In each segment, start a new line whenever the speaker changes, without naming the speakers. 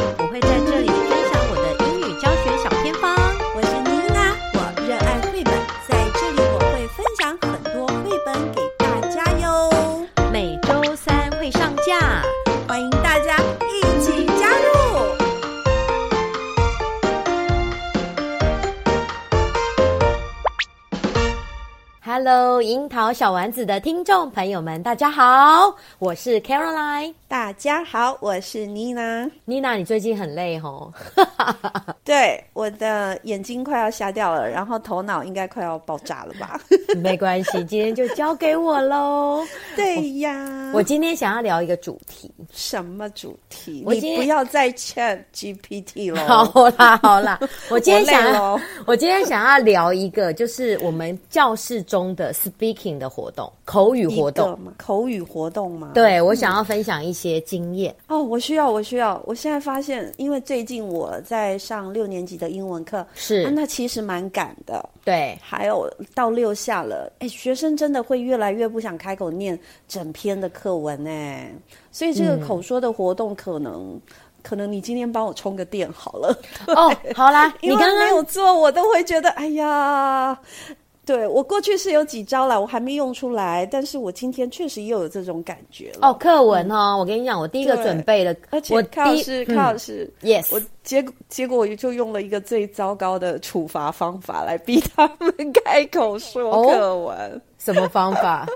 我会在这里分享我的英语教学小偏方。
我是妮娜，我热爱绘本，在这里我会分享很多绘本给大家哟。
每周三会上架。
欢迎大家一起加入。
Hello，樱桃小丸子的听众朋友们，大家好，我是 Caroline。
大家好，我是妮娜。
妮娜，你最近很累 吼？
对，我的眼睛快要瞎掉了，然后头脑应该快要爆炸了 吧？
没关系，今天就交给我喽。
对呀，
我今天想要聊一个主题，
什么主题？
我
你
今天
不要再 Chat GPT 了。
好啦 好啦，我今天想
我
要
累咯
我今天想要聊一个，就是我们教室中的 speaking 的活动，口语活
一个
动。
吗？口语活动吗？。
对，我想要分享一些经验。
哦，我需要，我需要。我现在发现，因为最近我在上六年级的英文课，
是
啊那其实蛮赶的。
对，
还有到六下了，哎，学生真的会越来越不想开口念整篇的课文哎，所以这个口说的活动可能，可能你今天帮我充个电好了，
哦，好啦，
因
你
为
刚
没有
刚
做，我都会觉得哎呀。对我过去是有几招啦，我还没用出来，但是我今天确实又有这种感觉了。
哦，课文哦，我跟你讲，我第一个
对
准备了，
而且
我
靠
第
是
嗯
靠是，
Yes
我结果结果我就用了一个最糟糕的处罚方法来逼他们开口说
哦
课文。
什么方 法？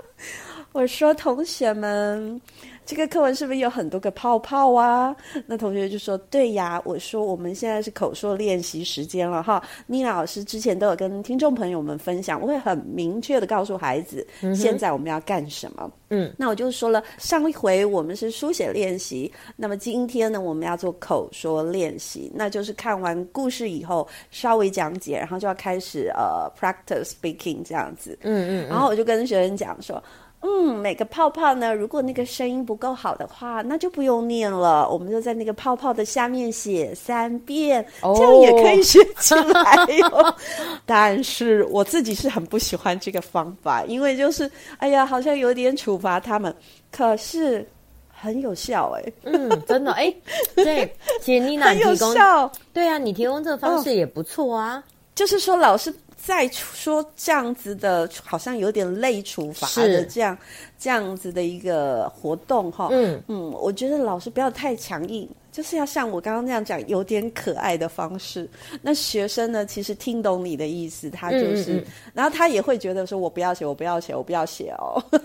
我说：“同学们，这个课文是不是有很多个泡泡啊？”那同学就说：“对呀。”我说：“我们现在是口说练习时间了哈。”妮娜老师之前都有跟听众朋友们分享，我会很明确的告诉孩子，现在我们要干什么。
嗯，
那我就说了，上一回我们是书写练习，那么今天呢，我们要做口说练习，那就是看完故事以后稍微讲解，然后就要开始呃 practice speaking 这样子。
嗯嗯
然后我就跟学生讲说，嗯，每个泡泡呢，如果那个声音不够好的话，那就不用念了，我们就在那个泡泡的下面写三遍，
哦
这样也可以学起来哟、 但是我自己是很不喜欢这个方法，因为就是哎呀，好像有点处罚他们，可是很有效哎、
嗯，真的哎、对，其实妮娜
很有
提供，
效。嗯
对啊，你提供这个方式也不错啊。
就是说老师在说这样子的，好像有点类处罚的
是
这样这样子的一个活动哈。
嗯
嗯，我觉得老师不要太强硬，就是要像我刚刚那样讲，有点可爱的方式。那学生呢，其实听懂你的意思，他就是，
嗯嗯嗯
然后他也会觉得说我不要写，我不要写，我不要写哦，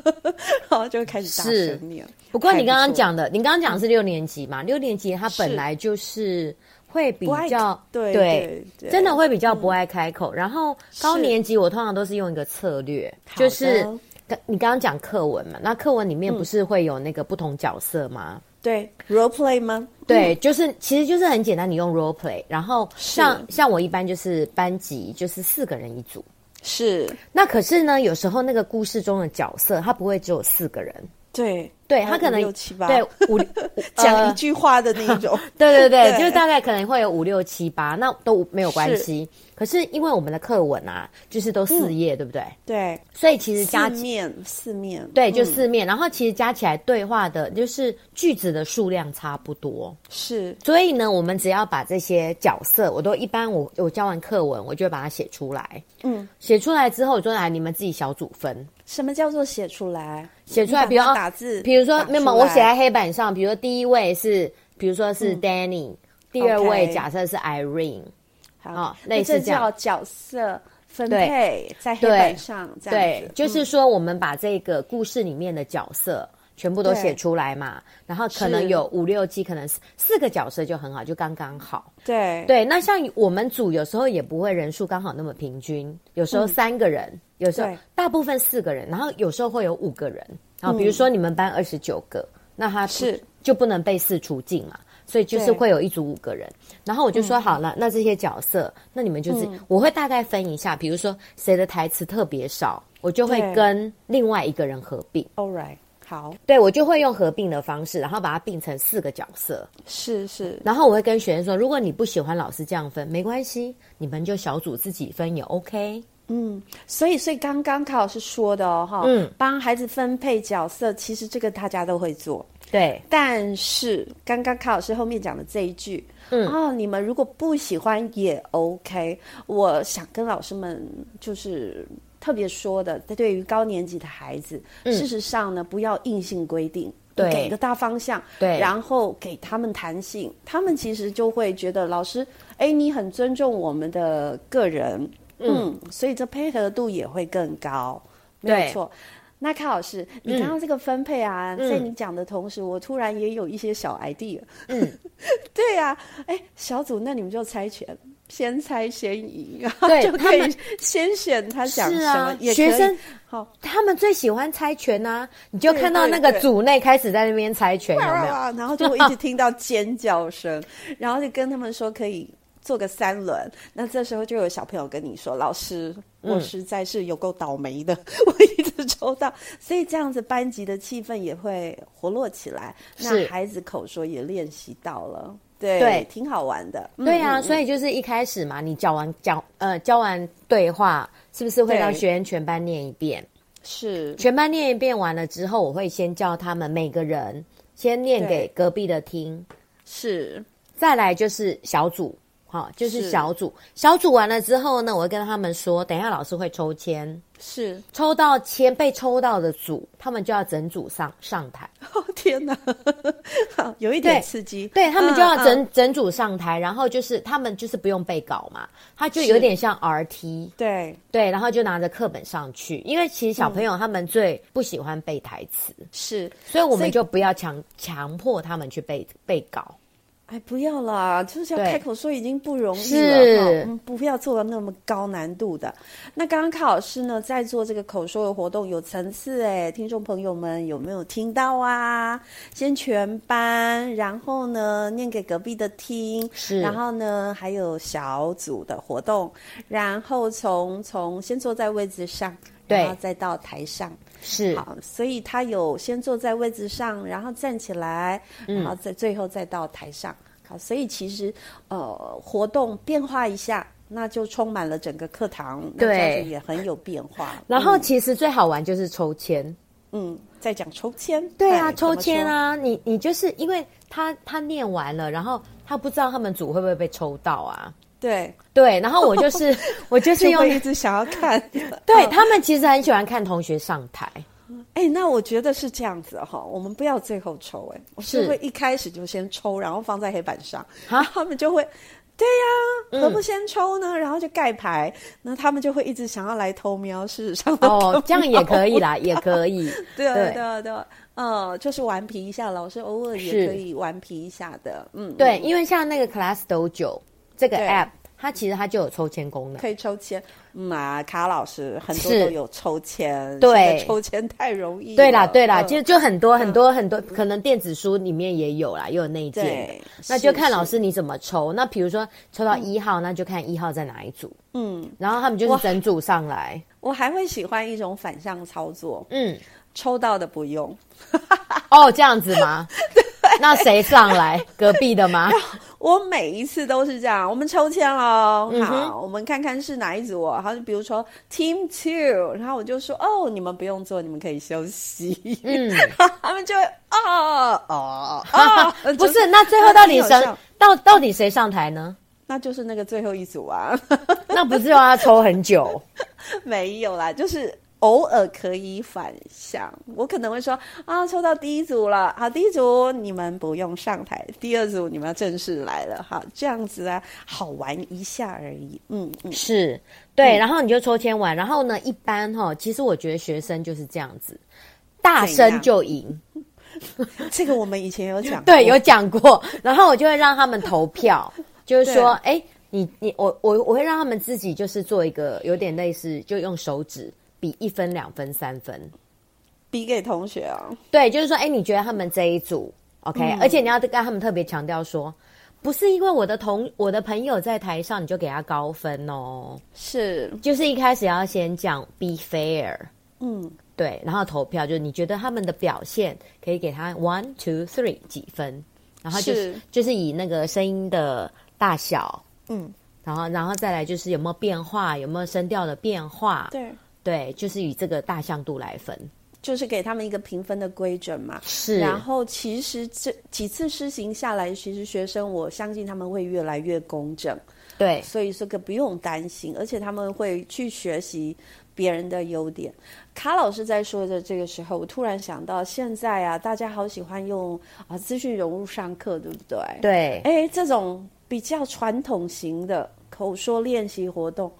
然后就会开始大
是
声念。
不过你刚
还不错
刚讲的，你刚刚讲的是六年级嘛？六年级他本来就是会比
不爱
较
对
对
对对嗯
真的会比较不爱开口。然后高年级我通常都是用一个策略，就是
好的嗯
刚你刚刚讲课文嘛，那课文里面不是会有那个不同角色吗？
对 role play 吗？
对，就是其实就是很简单，你用 role play，然后像像我一般就是班级就是四个人一组，
是，
那可是呢，有时候那个故事中的角色他不会只有四个人，
对，
对他
五
可能
哦六七八
对呃五
讲一
呃
句话的那种。
对对对，
对
就是大概可能会有五六七八，那都没有关系。可是因为我们的课文啊，就是都四页，对不对？
对，
所以其实
嗯四
加起
面四面，
对就
嗯
四面，然后其实加起来对话的就是句子的数量差不多。
是
所以呢，我们只要把这些角色，我都一般我我教完课文，我就会把它写出来。
嗯，
写出来之后，我就哎来你们自己小组分。
什么叫做写出来？
写出来，
你把它
比如说
打字
比如说
打出
没有，我
来
写在黑板上，比如说第一位是，比如说是 Danny，、第二位
嗯 OK
假设是 Irene，
好
哦，
那
类似
这
这样
叫角色分配在黑板上这样
对
子，，嗯
就是说我们把这个故事里面的角色。全部都
对
写出来嘛，然后可能
是
有五六季，可能四四个角色就很好，就刚刚好。
对
对，那像我们组有时候也不会人数刚好那么平均，有时候三个人，有时候
嗯对
大部分四个人，然后有时候会有五个人。啊，比如说你们班二十九个，那他
嗯是
就不能被四除尽嘛，所以就是
对嗯
会有一组五个人。然后我就说好了，那这些角色，那你们就是、我会大概分一下，比如说谁的台词特别少，我就会
对
跟另外一个人合并。
，All right，好，
对我就会用合并的方式，然后把它并成四个角色。
是是，
然后我会跟学生说，如果你不喜欢老师这样分，没关系，你们就小组自己分也 OK。
嗯，所以所以刚刚卡老师说的哦，哈，
嗯
帮孩子分配角色，其实这个大家都会做。
对，
但是刚刚卡老师后面讲的这一句，
嗯
哦，你们如果不喜欢也 OK。我想跟老师们就是特别说的，对于高年级的孩子，事实上呢，不要硬性规定。
嗯对
给一个大方向，
对
然后给他们弹性，他们其实就会觉得老师，哎，你很尊重我们的个人，嗯，所以这配合度也会更高，没有
对
错。那卡老师，你刚刚这个分配啊，在你讲的同时，我突然也有一些小 idea。嗯， 对呀、哎，小组那你们就猜拳，先猜先赢，然后
对
就可
他
以
们
先选他讲
是
什么
啊，，
也可以
学生
好。
他们最喜欢猜拳呐、你就看到
对
那
对
个
对
组内开始在那边猜拳，有没有？
哇然后就会一直听到尖叫声， 然后就跟他们说可以做个三轮。那这时候就有小朋友跟你说：“老师，我实在是有够倒霉的， 我一直抽到。”所以这样子班级的气氛也会活络起来，那
是
孩子口说也练习到了，对，
对
挺好玩的。
对啊，
嗯
所以就是一开始嘛，你讲完讲呃教完对话，是不是会
对
让学员全班念一遍？
是
全班念一遍完了之后，我会先叫他们每个人先念
对
给隔壁的听，
是
再来就是小组，好、就是
是
小组。小组完了之后呢，我会跟他们说，等一下老师会抽签，
是，
抽到签被抽到的组，他们就要整组上上 台。
哦天哪， 好有一点
对
刺激，
对他们就要
嗯
整、
嗯
整组上台，然后就是他们就是不用背稿嘛，他就是有点像 RT，
对
对，然后就拿着课本上去，因为其实小朋友他们最不喜欢背台词，
是。
所以我
所以
们就不要强强迫他们去背背稿。
哎，不要啦，就是要
对
开口说已经不容易
是
了哈、嗯，不要做到那么高难度的。那刚刚卡老师呢，在做这个口说的活动有层次哎，听众朋友们有没有听到啊？先全班，然后呢念给隔壁的听，
是
然后呢还有小组的活动，然后从从先坐在位置上，
对
然后再到台上，
是，
好，所以他有先坐在位置上，然后站起来，然
嗯
后再最后再到台上。好，所以其实呃，活动变化一下，那就充满了整个课堂，那
对
教学也很有变化。
然后其实最好玩就是抽签。
嗯，再讲抽签，
对啊，
哎
抽签，啊，你你就是因为他他念完了，然后他不知道他们组会不会被抽到啊。
怎么说对，
对，然后我就是 我就是
就
用
会一直想要看。
对
嗯
他们其实很喜欢看同学上台，
哎、那我觉得是这样子哈、我们不要最后抽、哎，我是
是
会一开始就先抽，然后放在黑板上，
啊
然后他们就会，对呀、
嗯
何不先抽呢？然后就盖牌，那他们就会一直想要来偷瞄，事实上
哦，这样也可以
啦，
啦，也可以。
对啊对啊
对
对啊对啊，嗯，就是顽皮一下，老师偶尔也
是
可以顽皮一下的，嗯，
对，
嗯，
因为像那个 Class Dojo 这个
对
app，它其实它就有抽签功能。
可以抽签，嗯啊，卡老师很多
是
都有抽签，
对
现在抽签太容易了，
对啦，对啦，
嗯
其实就很多很多很多，可能电子书里面也有啦，也有那一件的。
对，
那就是看老
是
师你怎么抽。那比如说抽到一号，那就看一号在哪一组，
嗯，
然后他们就
哇
是整组上来。
我还会喜欢一种反向操作，
嗯，
抽到的不用。
哦，这样 子吗？那谁上来？隔壁的吗？
我每一次都是这样，我们抽签喽，
嗯哼
好，我们看看是哪一组哦。然后就比如说 Team Two，然后我就说哦，你们不用做，你们可以休息。
嗯，，
他们就会哦哦哦
不是，那最后到底
很有
谁
效
到到底谁上台呢？
那就是那个最后一组啊，
那不是要抽很久？
没有啦，就是。偶尔可以反向，我可能会说啊，抽到第一组了，好，第一组你们不用上台，第二组你们要正式来了，好，这样子啊，好玩一下而已，嗯嗯，
是对，然后你就抽签完，然后呢，一般哈，其实我觉得学生就是这样子，大
怎
声
样
就赢，
这个我们以前有讲过，
对，有讲过， 然后我就会让他们投票，就是说，哎，你你我我我会让他们自己就是做一个有点类似，就用手指比一分、两分、三分，
比给同学哦，
对，就是说，哎，你觉得他们这一组 OK，、而且你要跟他们特别强调说。不是因为我的同我的朋友在台上，你就给他高分哦。
是，
就是一开始要先讲 be fair，
嗯，
对，然后投票就是你觉得他们的表现可以给他 one two three 几分，然后就是
是
就是以那个声音的大小，
嗯，
然后然后再来就是有没有变化，有没有声调的变化，
对，
对，就是以这个大向度来分，
就是给他们一个评分的规准嘛。
是，
然后其实这几次施行下来，其实学生我相信他们会越来越工整，
对
所以这个不用担心，而且他们会去学习别人的优点。卡老师在说的这个时候，我突然想到，现在啊，大家好喜欢用啊资讯融入上课，对不对？
对，
哎，这种比较传统型的口说练习活动。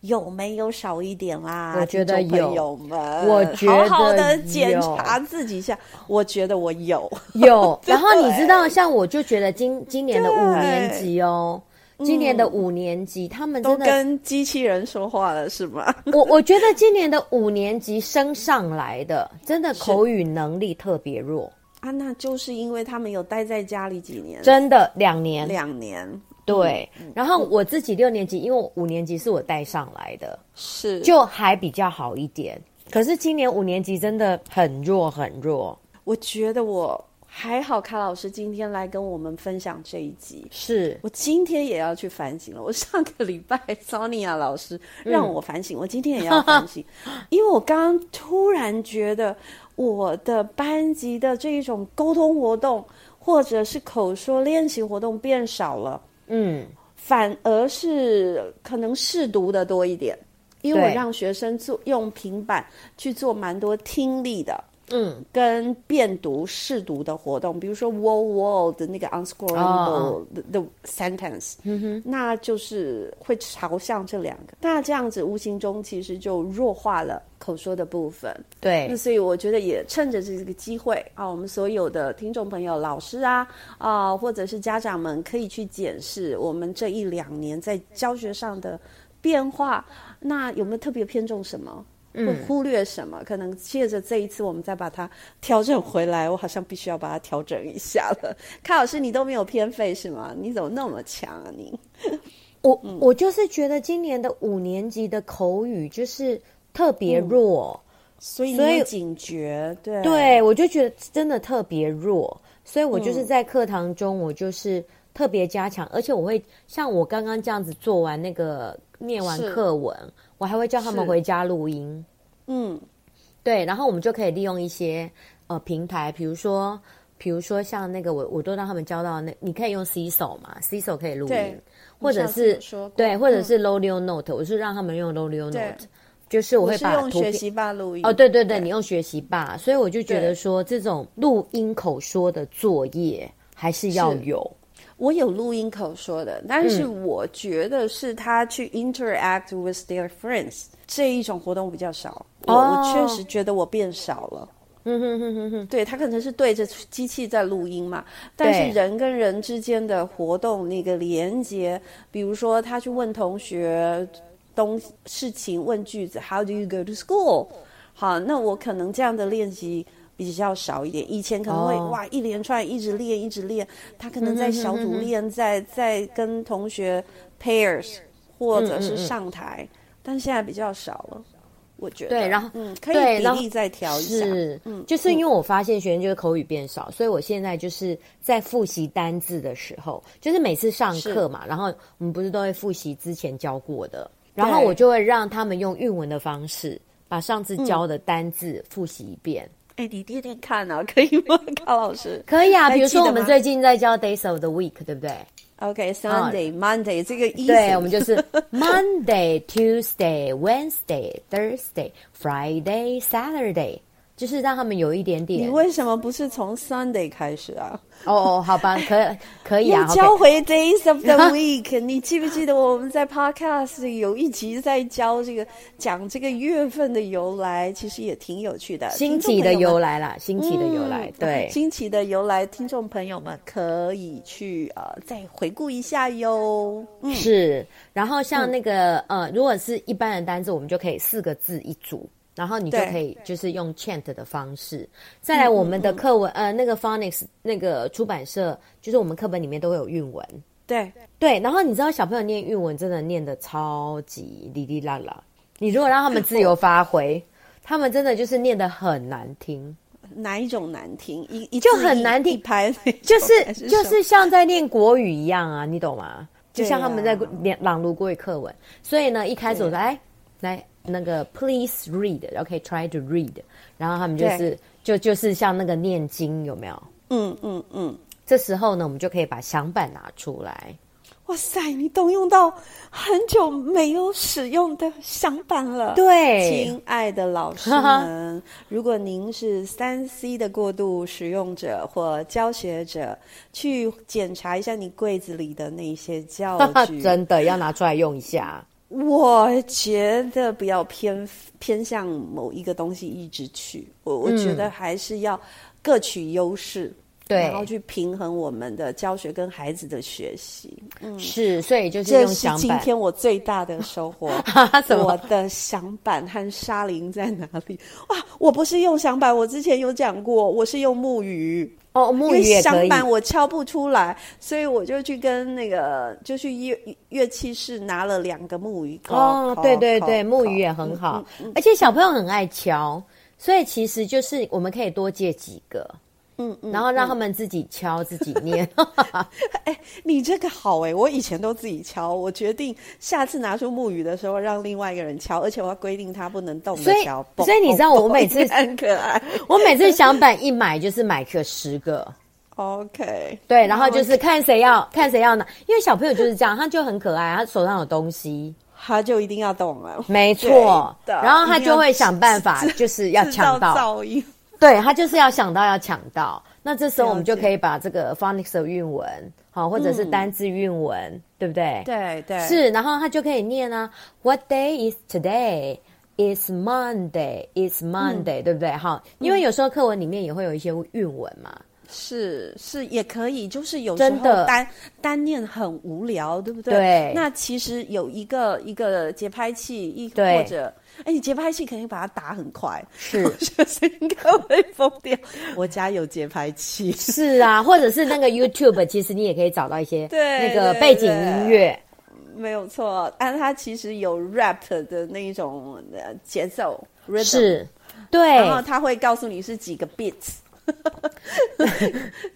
有没有少一点啦？
我觉得
听众
有
朋友们，
我觉得
好好的
有哦
检查自己一下。我觉得我有，
有。然后你知道，像我就觉得今今年的
哎对嗯
五年级哦。今年的五年级，他们
都
真的，
跟机器人说话了是吗？
我我觉得今年的五年级升上来的，真的口语能力特别弱，
啊，那就是因为他们有待在家里几年，
真的两年，嗯
两年，
对。然后我自己六年级，因为我五年级是我带上来的，
是就
就还比较好一点。可是今年五年级真的很弱，很弱，
我觉得我还好，卡老师今天来跟我们分享这一集。
是
我今天也要去反省了。 我上个礼拜 Sonia 老师让我反省，我今天也要反省，因为我刚刚突然觉得我的班级的这一种沟通活动或者是口说练习活动变少了。
嗯，
反而是可能试读的多一点，因为我
对
让学生做用平板去做蛮多听力的，
嗯，
跟辨读试读的活动，比如说 word word 的那个 unscorable
哦嗯
the sentence，、那就是会朝向这两个，那这样子无形中其实就弱化了口说的部分。
对
那，所以我觉得也趁着这个机会啊，我们所有的听众朋友、老师啊啊，或者是家长们，可以去检视我们这一两年在教学上的变化。那有没有特别偏重什么？会忽略什么？可能借着这一次，我们再把它调整回来。我好像必须要把它调整一下了。康老师，你都没有偏废是吗？你怎么那么强啊你？
我我就是觉得今年的五年级的口语就是特别弱，
所以
所
你
以
有警觉，对
对我就觉得真的特别弱，所以我
嗯
就是在课堂中我就是特别加强，而且我会像我刚刚这样子做完那个念完
是
课文，我还会叫他们
是
回家录音，
嗯，
对，然后我们就可以利用一些呃平台，比如说。比如说像那个我我都让他们教到那，你可以用 C 手嘛，C 手可以录音
对，
或者
上次
是
有说过
对，或者
嗯
是 Lolio Note，、我是让他们用 Lolio
对
Note，就是我
我
会
是
把
用
图
学
片
习吧录音
哦，对对对，你用学习吧，所以我就觉得
对
说这种录音口说的作业还是要
是
有，
我有录音口说的，
嗯
但是我觉得是他去 interact with their friends 这一种活动比较少。我、
哦
我确实觉得我变少了。
嗯哼哼哼哼，
对他可能是对着机器在录音嘛，但
对
是人跟人之间的活动那个连接，比如说他去问同学东事情，问句子 How do you go to school？好，那我可能这样的练习。比较少一点，以前可能会、
哦嗯
哇一连串一直练一直练，他可能在小组练，在在跟同学 pairs 或
嗯
者是上台，但现在比较少了，我觉得。
对然后
嗯，可
对
以比
然后
例再调一下。
是，就是因为我发现学生就是口语变少，所以我现在就是在复习单字的时候，就是每次上
是
课嘛，然后我们不是都会复习之前教过的，然后
对
我就会让他们用韵文的方式把上次教的单字复习一遍。
哎，你天天看啊， 可以吗，高老师
可以啊，
还
比如
记
说
得
我们
吗
最近在教 Days of the Week，对不对？
？OK，Sunday、Monday 这个意思，
啊对，我们就是 Monday、Tuesday、Wednesday、Thursday、Friday、Saturday，就是让他们有一点
你
点。哦
为什么不是从 Sunday 开始啊？
哦，好吧，可可以啊
要，教
OK
回 Days of the Week。你记不记得我们在 Podcast 有一集在教这个讲这个月份的由来，其实也挺有趣的。
新
听
奇
众朋
的
友们
由来啦，新奇的由来，
嗯
对，
新奇的由来，听众朋友们可以去呃再回顾一下哟。嗯，
是。然后像那个呃，如果是一般的单字，我们就可以四个字一组。然后你就
对嗯
可以就是用 chant 的方式，再来我们的课文，呃，那个 phonics 那个出版社，就是我们课本里面都会有韵文，
对，
对，然后你知道小朋友念 韵文真的念的超级哩哩啦啦，你如果让他们自由发挥，他们真的就是念得很难听，
哪一种难听？一一
就
字
很
一
难听
一排那种
就是
还是
哦就
什么
是像在念国语一样啊，你懂吗？就
对啊
像他们在念朗读国语课文，所以呢，一开始我说，哎，来那个 please read，OK，try、to read，然后他们就是就就是像那个念经有没有？
嗯嗯嗯，
这时候呢，我们就可以把想板拿出来。
哇塞，你动用到很久没有使用的想板了。
对，
亲爱的老师们，如果您是三 C 的过度使用者或教学者，去检查一下你柜子里的那些教具。
真的要拿出来用一下。
我觉得不要偏偏向某一个东西一直去，我
嗯
我觉得还是要各取优势，
对
然后去平衡我们的教学跟孩子的学习。嗯，
是，所以就是
这
用
是
想
今
板。。
天我最大的收获
什么
我的响板和沙林在哪里？哇，我不是用响板，我之前有讲过，我是用木鱼。
哦，木
因
鱼
为
也可
响
以。
板我敲不出来，所以我就去跟那个就去乐乐器室拿了两个木鱼。
哦
敲，
对对
敲
对，
敲
木鱼啊也很好，嗯而且小朋友很爱敲，所以其实就是我们可以多借几个，
嗯嗯，
然后让他们自己敲、自己念。
你这个好哎、我以前都自己敲，我决定下次拿出木鱼的时候让另外一个人敲，而且我要规定他不能动的
所以
敲。嘣
所以你知道
嘣
我
嘣
每次
应该很可爱。
我每次响板一买就是买个十个，
OK，
对，然后就是看谁要看谁要拿，因为小朋友就是这样，他就很可爱，他手上有东西，
他就一定要动了，
没错，
对的
然后他就会
一定要
想办法
制，
就是要
制
抢到。
噪音。
对他就是要想到要抢到，那这时候我们
了解
就可以把这个 phonics 的韵文，好或者是单字韵文，对不对？
对对，
是，然后他就可以念啊，What day is today? It's Monday. It's Monday，、对不对？好，因为有时候课文里面也会有一些韵文嘛，
是是也可以，就是有时
真
候
的
单单念很无聊，对不对？
对
那其实有一个一个节拍器，一
对
或者，哎，你节拍器肯定把它打很快，
是
我觉得应该会疯 掉。我家有节拍器，
是啊，或者是那个 YouTube，其实你也可以找到一些
对
那个
对
背景
对
音乐，
没有错。但它其实有 rap 的那一种呃节奏 rhythm，
是，对，
然后它会告诉你是几个 beats。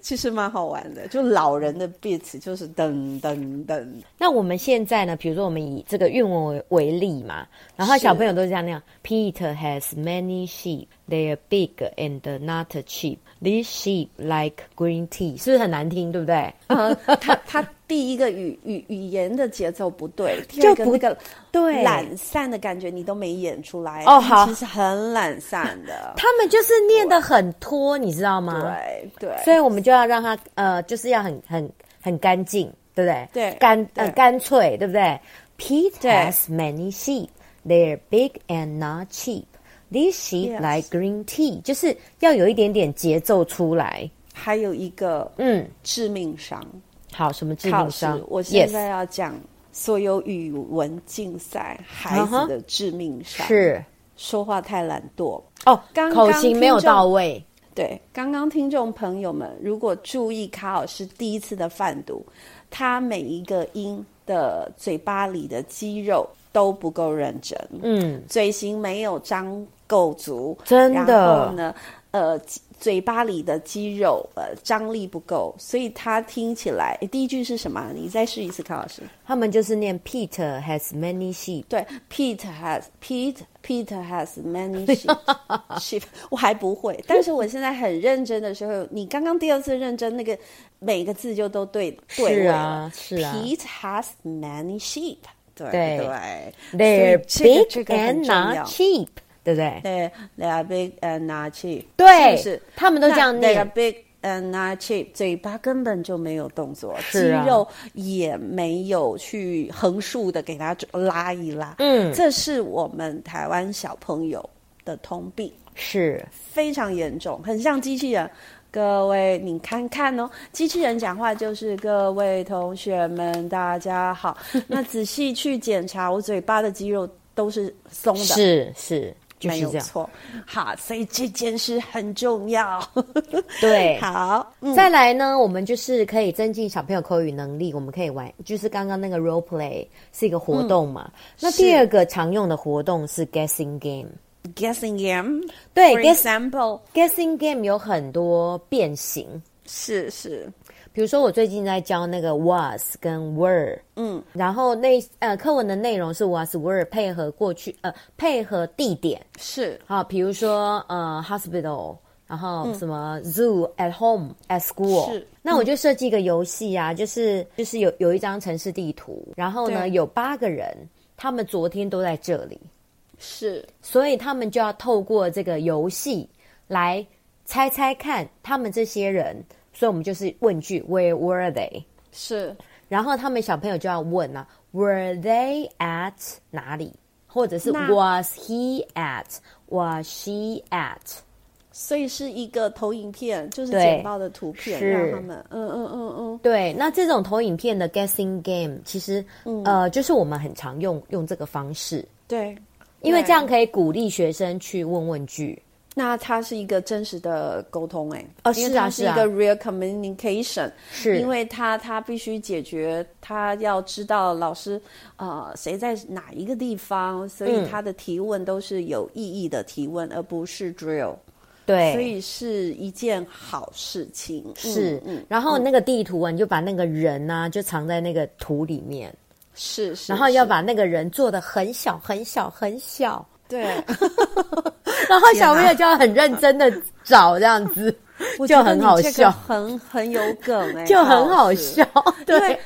其实蛮好玩的，就老人的 beats 就是噔噔噔，
那我们现在呢？比如说，我们以这个韵文为为例嘛，然后小朋友都是这样那样。Peter has many sheep, they are big and not cheap. These sheep like green tea，是不是很难听？对不对？
呃，他他第一个语语语言的节奏不对，第
就
二个
不
那个
对
懒散的感觉你都没演出来他
哦好
其实很懒散的，
他们就是念得很拖，你知道吗？
对对，
所以我们就要让他呃，就是要很很很干净，对不对？
对
干呃
对
干脆，对不对？Pete
对
has many sheep. They're big and not cheap. These sheep
Yes.
like green tea，就是要有一点点节奏出来。
还有一个
嗯，
致命伤，
好，什么致
考
命
试
伤？
我
y e
现
s
在要讲所有语文竞赛孩
嗯
子
哼
的致命伤，
是
说话太懒惰。
哦，
刚
口
刚
型
听
没有
众
到位，
对，刚刚听众朋友们，如果注意卡老师第一次的泛读，他每一个音的嘴巴里的肌肉都不够认真，
嗯，
嘴型没有张够足，
真
然后
的
呢，呃，肌嘴巴里的肌肉呃张力不够，所以他听起来诶第一句是什么啊？你再试一次，卡老师。
他们就是念 Peter has many sheep，
对，Pete has Pete Pete has many sheep sheep，我还不会，但是我现在很认真的时候，你刚刚第二次认真，那个每个字就都对对位
是
了
啊。是啊
Pete has many sheep，对
对
对
，They're
所以
big
这个这个
and
很重
not
要。
cheap，对不对？
对，they are big and not cheap，
对
呃是不是？
他们都这样念
那 They are big and not cheap，嘴巴根本就没有动作，
是啊
肌肉也没有去横竖的给它拉一拉。
嗯
这是我们台湾小朋友的通病，
是
非常严重，很像机器人。各位，你看看哦，机器人讲话就是各位同学们，大家好。那仔细去检查，我嘴巴的肌肉都是松的，
是是，就是
没有
这样。
错。好，所以这件事很重要。
对
好，嗯，
再来呢，我们就是可以增进小朋友口语能力，我们可以玩，就是刚刚那个 role play 是一个活动嘛。那第二个常用的活动是 guessing game。
guessing game，
对
for
guess-
example，
Guessing game 有很多变形，
是是，
比如说我最近在教那个 was 跟 were，嗯，然后那呃课文的内容是 was were 配合过去呃配合地点，
是
好，比如说呃 hospital，然后什么 zoo at home at school，
嗯是嗯
那我就设计一个游戏啊，就是就是有有一张城市地图，然后呢
对
有八个人，他们昨天都在这里，
是
所以他们就要透过这个游戏来猜猜看他们这些人，所以我们就是问句 Where were they？
是
然后他们小朋友就要问啊，Were they at 哪里？或者是
那
Was he at? Was she at？
所以是一个投影片，就是
对
简报的图片，
是
让他们，嗯嗯嗯嗯，
对，那这种投影片的 guessing game，其实、
嗯
呃，就是我们很常用用这个方式，
对，
因为
对
这样可以鼓励学生去问问句。
那它是一个真实的沟通、哎，
哦
因为
是啊
它是一
是啊
个 real communication，
是
因为他他必须解决，他要知道老师呃谁在哪一个地方，所以
嗯
他的提问都是有意义的提问，而不是 drill，
对，
所以是一件好事情。
是
嗯，嗯
然后那个地图啊，你就把那个人呐、就藏在那个图里面，
是是，
然后要
是
把那个人做的很小很小 很小，
对，啊
然后
天
小朋友
哪
就要很认真的找这样子，
我
就
觉得
很
你
好
这个
笑
很很有 梗哎、
就很好
是
笑。
因为
对，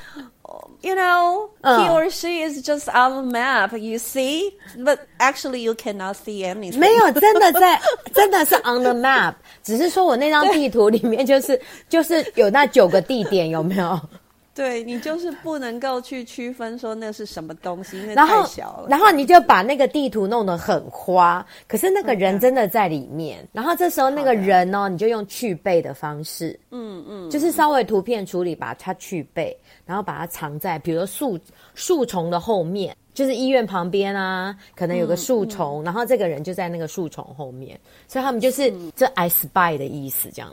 You know, he
嗯
or she is just on the map. You see, but actually you cannot see anything.
没有真的在，真的是 on the map，只是说我那张地图里面就是就是有那九个地点有没有？
对你就是不能够去区分说那是什么东西，因为
然
太
后
小了。
然后你就把那个地图弄得很花，可是那个人真的在里面。然后这时候那个人哦，你就用去背的方式，嗯嗯，就是稍微图片处理，把它去背，然后把它藏在比如说树树丛的后面。就是医院旁边啊，可能有个树丛，然后这个人就在那个树丛后面，所以他们就是、这 I spy 的意思，这样。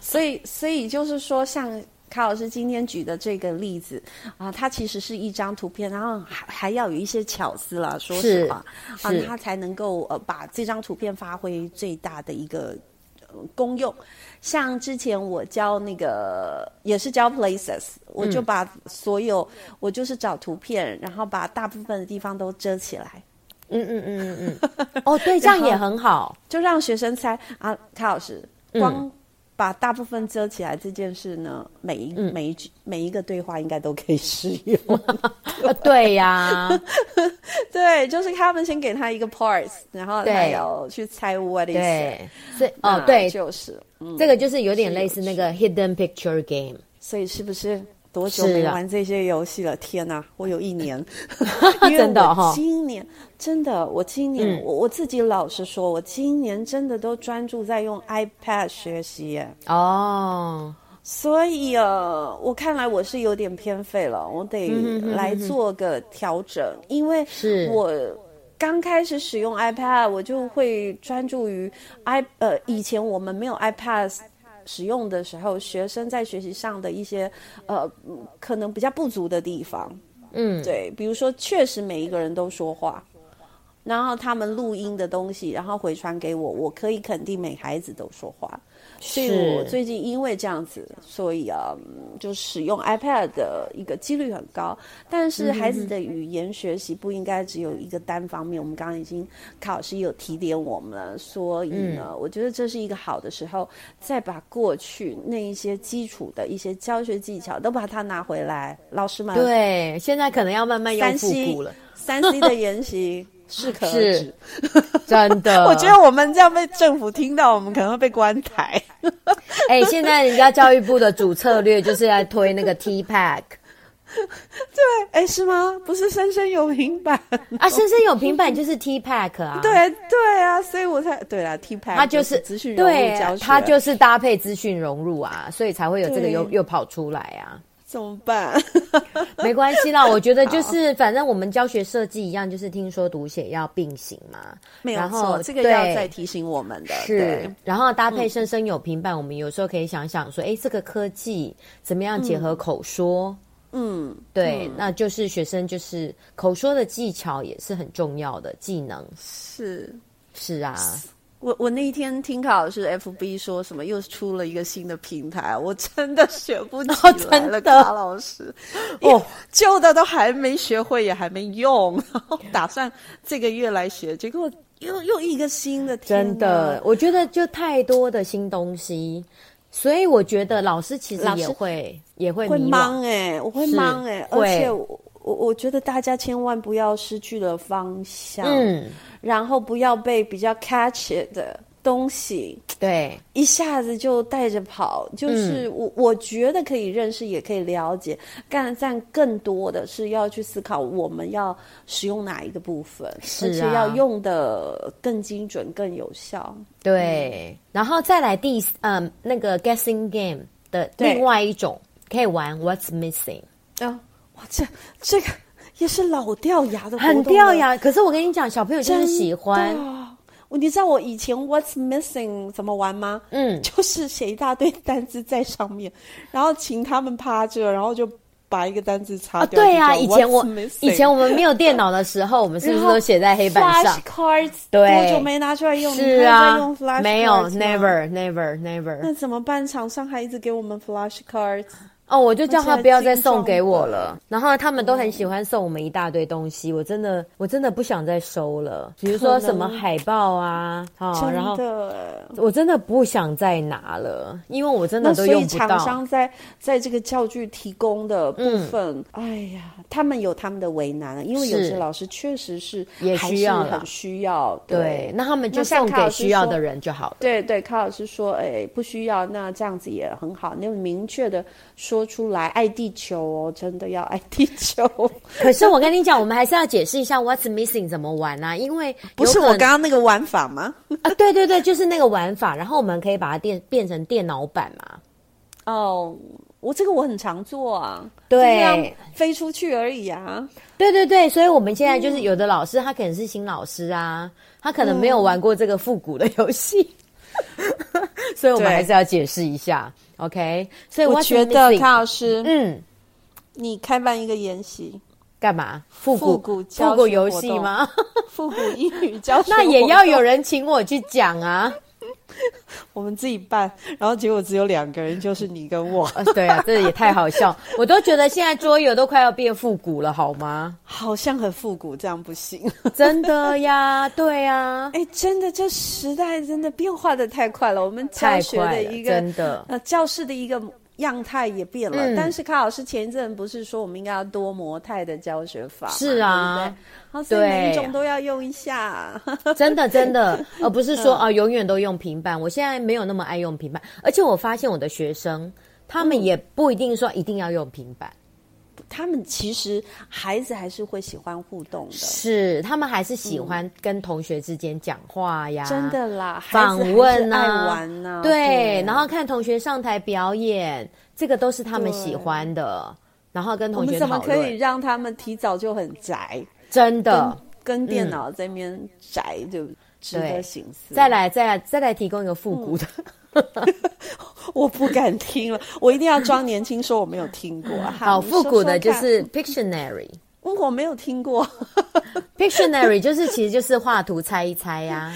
所以，所以就是说，像卡老师今天举的这个例子啊，它其实是一张图片，然后还还要有一些巧思啦。说实话啊
是，
它才能够呃把这张图片发挥最大的一个。呃功用，像之前我教那个也是教 places，我就把所有、我就是找图片，然后把大部分的地方都遮起来，
嗯嗯嗯嗯嗯，哦， 对，这样也很好。
就让学生猜啊，卡老师，
嗯
光把大部分遮起来这件事呢，每一、
嗯
每一句每一个对话应该都可以适 用。
呃，对呀、
对，就是他们先给他一个 parts，然后他
对
要去猜 what is it。
对，所以
那
哦，对，
就是，嗯，
这个就是有点类似那个 hidden picture game，
所以是不是多久
是
没
啊
玩这些游戏了？天哪，我有一 年，因为
真的
我
哈嗯
今年真的，我今年、我我自己老实说，我今年真的都专注在用 iPad 学习耶。
哦，
所以呃，我看来我是有点偏废了，我得来做个调整，因为
是
我刚开始使用 iPad，我就会专注于 i 呃，以前我们没有 iPad。使用的时候，学生在学习上的一些呃，嗯可能比较不足的地方，
嗯，
对，比如说确实每一个人都说话，然后他们录音的东西，然后回传给我，我可以肯定每孩子都说话，所以我
是
最近因为这样子，所以啊，嗯就使用 iPad 的一个几率很高。但是孩子的语言学习不应该只有一个单方面。我们刚刚已经卡老师有提点我们了，所以呢，
嗯
我觉得这是一个好的时候，再把过去那一些基础的一些教学技巧都把它拿回来，老师们
对，现在可能要慢慢用
三
复
C
古了，
三 C 的研习适可而
是呃
止。
真 的。
我觉得我们这样被政府听到，我们可能会被关台。
哎、现在人家教育部的主策略就是来推那个 T Pack
哎，是吗？不是生生有平板？
啊，深深有平板就是 T Pack 啊，，
对对啊，所以我才对啦 T 牌，
它就是
资讯融入教学，
对，它就是搭配资讯融入啊，所以才会有这个
对
又又跑出来啊。
怎么办？
没关系啦，我觉得就是反正我们教学设计一样，就是听说读写要并行嘛。
没有
然后
错，这个要
对
再提醒我们的。
是
对，嗯
然后搭配生生有平板，我们有时候可以想想说，哎，这个科技怎么样结合口说？
嗯，
对，那就是学生就是口说的技巧也是很重要的技能。
是。
是啊，
我我那一天听考老师 FB 说什么又出了一个新的平台，我真的学不起
哦
来
真
了，
的
卡老师，
哦，
旧的都还没学会，也还没用，然后打算这个月来学，结果又又一个新的，天哪
真的，，我觉得就太多的新东西，所以我觉得老师其实
老师
也会也会
会
迷
忙
茫，
哎、我会
是
忙哎、而
会
且我我我觉得大家千万不要失去了方向，
嗯，
然后不要被比较 catch 的东西
对，
一下子就带着跑，
嗯
就是我、我觉得可以认识，也可以了解，但但更多的是要去思考我们要使用哪一个部分，
是
而且
啊
要用的更精准、更有效。嗯
对，然后再来第嗯、那个 guessing game 的
对
另外一种可以玩 What's missing，
啊，哇，这这个也是老掉牙的活动了，
很掉牙。可是我跟你讲，小朋友就
真
是
的，
喜欢，
我你知道我以前 What's missing 怎么玩吗？
嗯，
就是写一大堆单字在上面，然后请他们趴着，然后就把一个单字擦
啊，
掉。
对啊，
就
以
叫
前我
"What's missing？"
以前我们没有电脑的时候，我们是不是都写在黑板上
Flash？cards
对
多久没拿出来用？
是
你还在
啊
用 flash，
没有
cards 吗
，never never never。
那怎么办？厂商还一直给我们 flash cards，
哦，我就叫他
而且
不要再
精
送
装
给我
的
了。然后他们都很喜欢送我们一大堆东西，我真的我真的不想再收了。比如说
可
什么
能
海报啊，哦，然后
真的。
我真的不想再拿了，因为我真的
那
都
所
用
以
不
厂
到。嗯
商在在这个教具提供的部分，哎呀，他们有他们的为难了，啊因为有
是
些老师确实是
也
还
需
是
要啦
很需要，
对，那他们就
那像
送
卡
给
老师
需要
说
的人就好了。
对对，康老师说，哎，不需要，那这样子也很好。你有明确的说出来，爱地球哦，真的要爱地球。
可是我跟你讲，我们还是要解释一下 what's missing 怎么玩啊，因为
不
有
是
可
我
能
刚刚那个玩法吗？
啊，对对对，就是那个玩法，然后我们可以把它电变成电脑版嘛。
哦，我这个我很常做啊，
对
就这样飞出去而已啊。
对对对，所以我们现在就是有的老师，他可能是新老师啊，他可能没有玩过这个复古的游戏， 所以我们
对
还是要解释一下，OK？所以
我
what's
觉得
missing，
康老师，
嗯，
你开办一个研习，
干嘛？复古
复古教
复古
学
游
活
戏
动
吗？
复古英语教学，
那也要有，人请我去讲啊！
我们自己办。然后结果只有两个人，就是你跟我，
呃，对啊，这也太好笑，我都觉得现在桌游都快要变复古了，好吗？
好像很复古，这样不行。
真的呀，对啊呀，
哎，真的，这时代真的变化的太快了。我们教
太
学
快
的
了
一，个
真的，
呃教室的一个样态也变了。
嗯
但是卡老师前一阵不是说我们应该要多模态的教学法嘛？
是啊
对不对好，哦所以
对
每一种都要用一下。
真的，真的，而不是
嗯
说啊、永远都用平板。我现在没有那么爱用平板，而且我发现我的学生，他
嗯
们也不一定说一定要用平板，
他们其实孩子还是会喜欢互动的。
是他们还是喜欢跟同学之间讲话呀，
嗯真的啦，孩
啊访
子还是
问
爱
啊，
玩呐、
对，
啊
然后看同学上台表演，这个都是他们喜欢的。然后跟
我
同
们
学
怎么
讨
可以
论，
让他们提早就很宅，
真的。
跟电脑在那边宅，对不对？值
嗯对
得醒思。
再来，再来，再来提供一个复古的，
我不敢听了， 我一定要装年轻，说我没有听 过。
好
好
复古的就是 Pictionary。
嗯我没有听过。
Pictionary 就是其实就是画图猜一猜呀、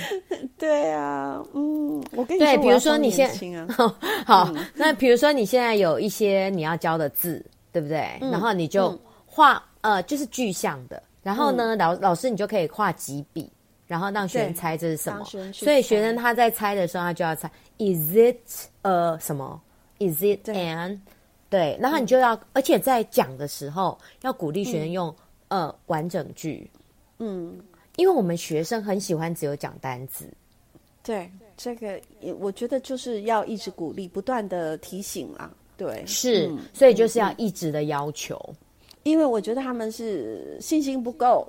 对啊，嗯，我跟你
对，
我
比
要
如说
装
你
年
现
轻啊，
好，那比如说你现在有一些你要教的字，对不对？
嗯
然后你就画、呃，就是具象的。然后呢，老老师你就可以画几笔，然后让学生
嗯对
猜这是什么
让学生。去
所以学生他在猜的时候，他就要猜 is it 呃什么 is it
对嗯
and 对，然后你就要，而且在讲的时候要鼓励学生用、呃完整句，
嗯，
因为我们学生很喜欢只有讲单字。
对，这个也我觉得就是要一直鼓励，不断的提醒啦。对，
是
嗯，
所以就是要一直的要求。
因为我觉得他们是信心不够，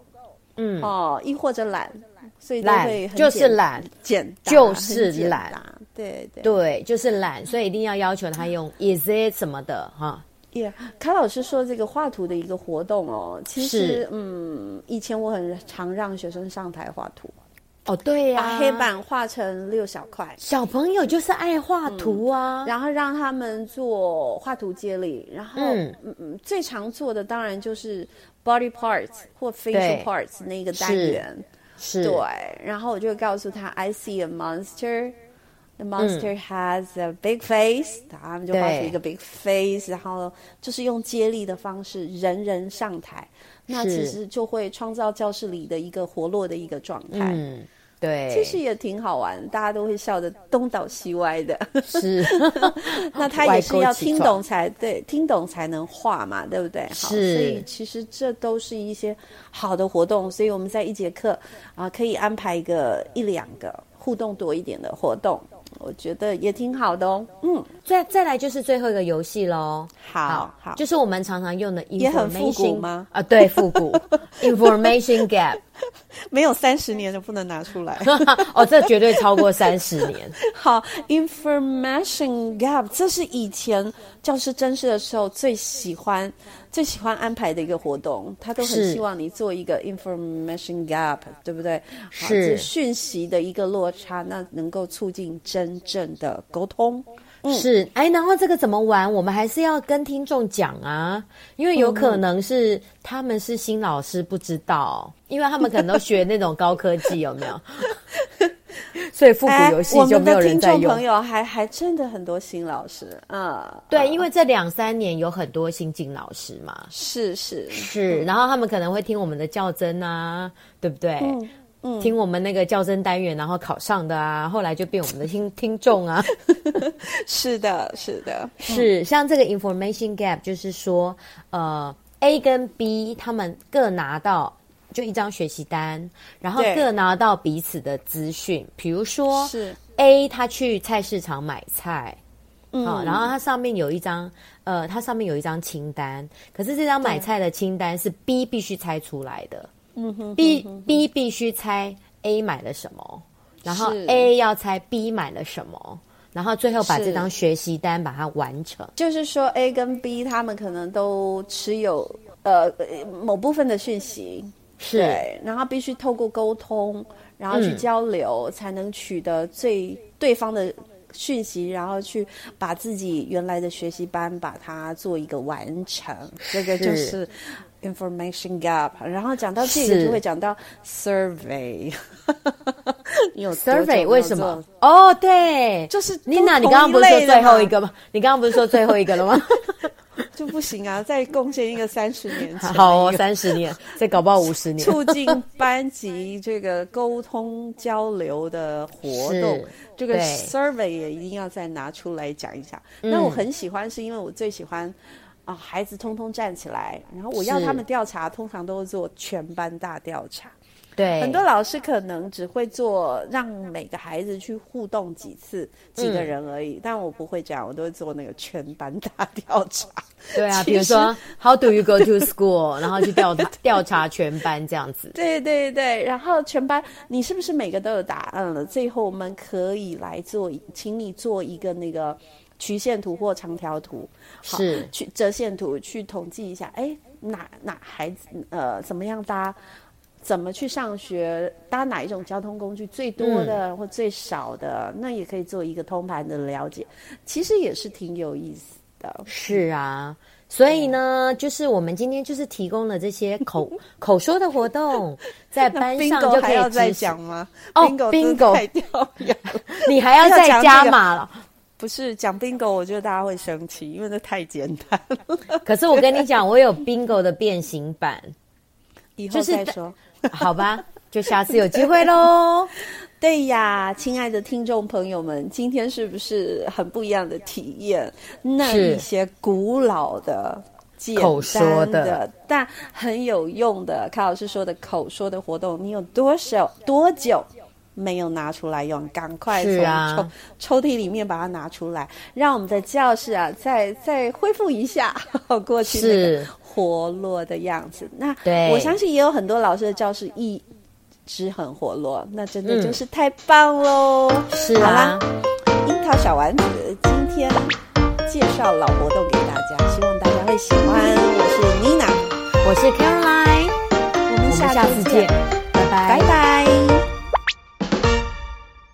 嗯
哦，亦或者懒，所以都
懒
会很
就是
简
懒，
简单
就是
很简
懒
单对对
对，就是懒，所以一定要要求他用
嗯
is it 什么的哈。
耶，卡老师说这个画图的一个活动哦，其实
是
嗯，以前我很常让学生上台画图，
哦，对呀、
把黑板画成六小块，
小朋友就是爱画图啊。
然后嗯让他们做画图接力，然后
嗯
嗯嗯，最常做的当然就是 body parts 或
对
facial parts 那个单
是
元。
是
对，然后我就告诉他，I see a monster。The
嗯
monster has a big face，、他们就画出一个 big face，然后就是用接力的方式，人人上台，那
是
其实就会创造教室里的一个活络的一个状态，
嗯，对，
其实也挺好玩，大家都会笑得东倒西歪的。
是
那他也是要
哦歪勾起
听懂才对，听懂才能画嘛，对不对？好，所
是
以其实这都是一些好的活动，所以我们在一节课啊、可以安排一个一两个互动多一点的活动，我觉得也挺好的哦。嗯，
再再来就是最后一个游戏喽。
好好，
就是我们常常用的 information
也很复古吗
啊，对，复古 information gap，
没有三十年就不能拿出来。
哦，这绝对超过三十年。
好，information gap，这是以前教师甄试的时候最喜欢、最喜欢安排的一个活动，他都很
是
希望你做一个 information gap，对不对？好
是
这讯息的一个落差，那能够促进真正的沟通。
是，哎，然后这个怎么玩？我们还是要跟听众讲啊，因为有可能是他们是新老师不知道，因为他们可能都学那种高科技，有 没有？所以复古游戏
哎我
就
们
没有
的
人
听
在
众
用。
朋友还还真的很多新老师，嗯，
对，因为这两三年有很多新进老师嘛，
是是，
是，然后他们可能会听我们的较真啊，对不对？嗯听我们那个较真单元，然后考上的啊，后来就变我们的听听众啊。
是的，是的，
是，像这个 information gap，就是说，呃，A 跟 B 他们各拿到就一张学习单，然后
对
各拿到彼此的资讯，比如说
是
A 他去菜市场买菜。
嗯
啊、然后它上面有一张，呃，它上面有一张清单，可是这张买菜的清单是 B 必须猜出来的，嗯哼，B B 必须猜 A 买了什么，然后
是
A 要猜 B 买了什么，然后最后把
是
这张学习单把它完成。
就是说 A 跟 B 他们可能都持有呃呃某部分的讯息，
是
对，然后必须透过沟通，然后去
嗯
交流，才能取得最对方的讯息，然后去把自己原来的学习班把它做一个完成，这个就是是。Information gap，然后讲到这里
是
就会讲到 survey，你有多久
survey
没有
为什
做
么？哦，对，
就是都
Nina，你
同
刚刚
一
不是说
类的
最后
嘛
一个吗？你刚刚不是说最后一 个了吗？
就不行啊？再贡献一个三十年前，
好、哦，三十年，再搞不好五十年。
促进班级这个沟通交流的活动
是，
这个
对嗯
survey 也一定要再拿出来讲一下。那我很喜欢，是因为我最喜欢啊、孩子通通站起来，然后我要
是
他们调查，通常都是做全班大调查。
对，
很多老师可能只会做让每个孩子去互动几次，几
嗯
个人而已，但我不会这样，我都会做那个全班大调查。
对 啊，
其
比如说 How do you go to school？然后 去调查调查全班这样子。
对对对，然后全班你是不是每个都有答案了？最后我们可以来做，请你做一个那个曲线图或长条图，好
是
去折线图去统计一下，哎，哪哪孩子呃怎么样搭？怎么去上学？搭哪一种交通工具最多的、或最少的？那也可以做一个通盘的了解，其实也是挺有意思的。
是啊，所以呢，就是我们今天就是提供了这些 口口说的活动，在班上
bingo
就可
还要
以
再
执行
讲。吗？
哦
bingo 真的
bingo
太掉牙了。
你还要
要
再
讲
加
这个
码了。
不是讲 bingo，我觉得大家会生气，因为那太简单了。
可是我跟你讲，我有 bingo 的变形版，
以后再说。
好吧？就下次有机会 喽。
对呀，亲爱的听众朋友们，今天是不是很不一样的体验？那
是
一些古老的。简
口说
单
的
的，但很有用的，卡老师说的口说的活动，你有多少多久没有拿出来用？赶快
是
从抽、
啊
抽屉里面把它拿出来，让我们在教室啊，再再恢复一下 过去那个
是
活络的样子。那
对
我相信也有很多老师的教室一直很活络，那真的
嗯
就是太棒喽！
是
好
啊
啦，，樱桃小丸子今天介绍老活动给大家，希望大家会喜欢。我是妮娜，
我是 Caroline，
我们
我们
下
下次见，拜
拜拜。